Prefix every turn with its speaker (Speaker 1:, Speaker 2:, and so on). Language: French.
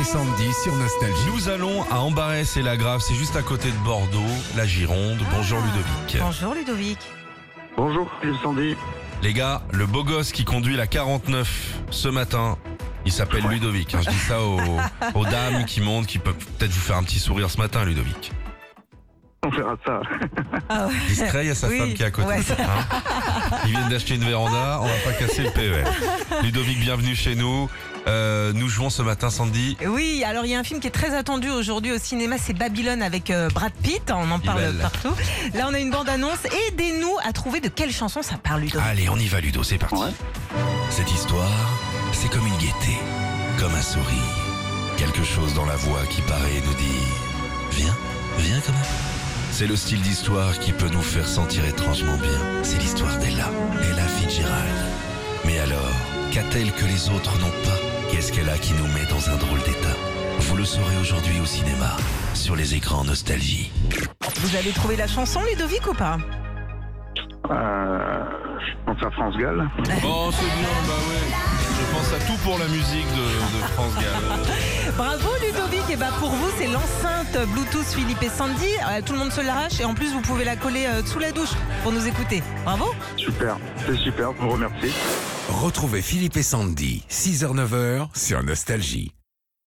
Speaker 1: et Sandy sur Nostalgie.
Speaker 2: Nous allons à Ambarès et la Grave, c'est juste à côté de Bordeaux, la Gironde. Bonjour Ludovic.
Speaker 3: Ah. Bonjour Ludovic.
Speaker 4: Bonjour, Philippe Sandy.
Speaker 2: Les gars, le beau gosse qui conduit la 49 ce matin, il s'appelle Ludovic. hein. Je dis ça aux, aux dames qui montent, qui peuvent peut-être vous faire un petit sourire ce matin, Ludovic.
Speaker 4: On verra ça.
Speaker 3: Ah ouais.
Speaker 2: Discret, il y a sa
Speaker 3: Oui,
Speaker 2: femme qui est à côté.
Speaker 3: ouais.
Speaker 2: hein. Ils viennent d'acheter une véranda, on va pas casser le PEL. Ludovic, bienvenue chez nous. Euh, nous jouons ce matin, Sandy.
Speaker 3: Oui, alors il y a un film qui est très attendu aujourd'hui au cinéma, c'est Babylone avec euh, Brad Pitt, on en parle
Speaker 2: Belle.
Speaker 3: partout. Là on a une bande-annonce, aidez-nous à trouver de quelle chanson ça parle Ludovic.
Speaker 2: Allez, on y va Ludo, c'est parti.
Speaker 4: Ouais.
Speaker 2: Cette histoire, c'est comme une gaieté, comme un sourire. Quelque chose dans la voix qui paraît nous dit Viens, viens quand même. C'est le style d'histoire qui peut nous faire sentir étrangement bien. C'est l'histoire d'Ella, Ella Fitzgerald. Mais alors, qu'a-t-elle que les autres n'ont pas Qu'est-ce qu'elle a qui nous met dans un drôle d'état Vous le saurez aujourd'hui au cinéma, sur les écrans Nostalgie.
Speaker 3: Vous avez trouvé la chanson Ludovic ou pas
Speaker 4: Euh, je pense à France Gall.
Speaker 2: Oh, c'est bien, bah ouais. Je pense à tout pour la musique de, France Gall.
Speaker 3: Bravo Ludovic, et bah pour vous c'est l'enceinte Bluetooth Philippe et Sandy, Euh, tout le monde se l'arrache et en plus vous pouvez la coller euh, sous la douche pour nous écouter. Bravo
Speaker 4: Super, c'est super, je vous remercie.
Speaker 1: Retrouvez Philippe et Sandy, 6h-9h sur Nostalgie.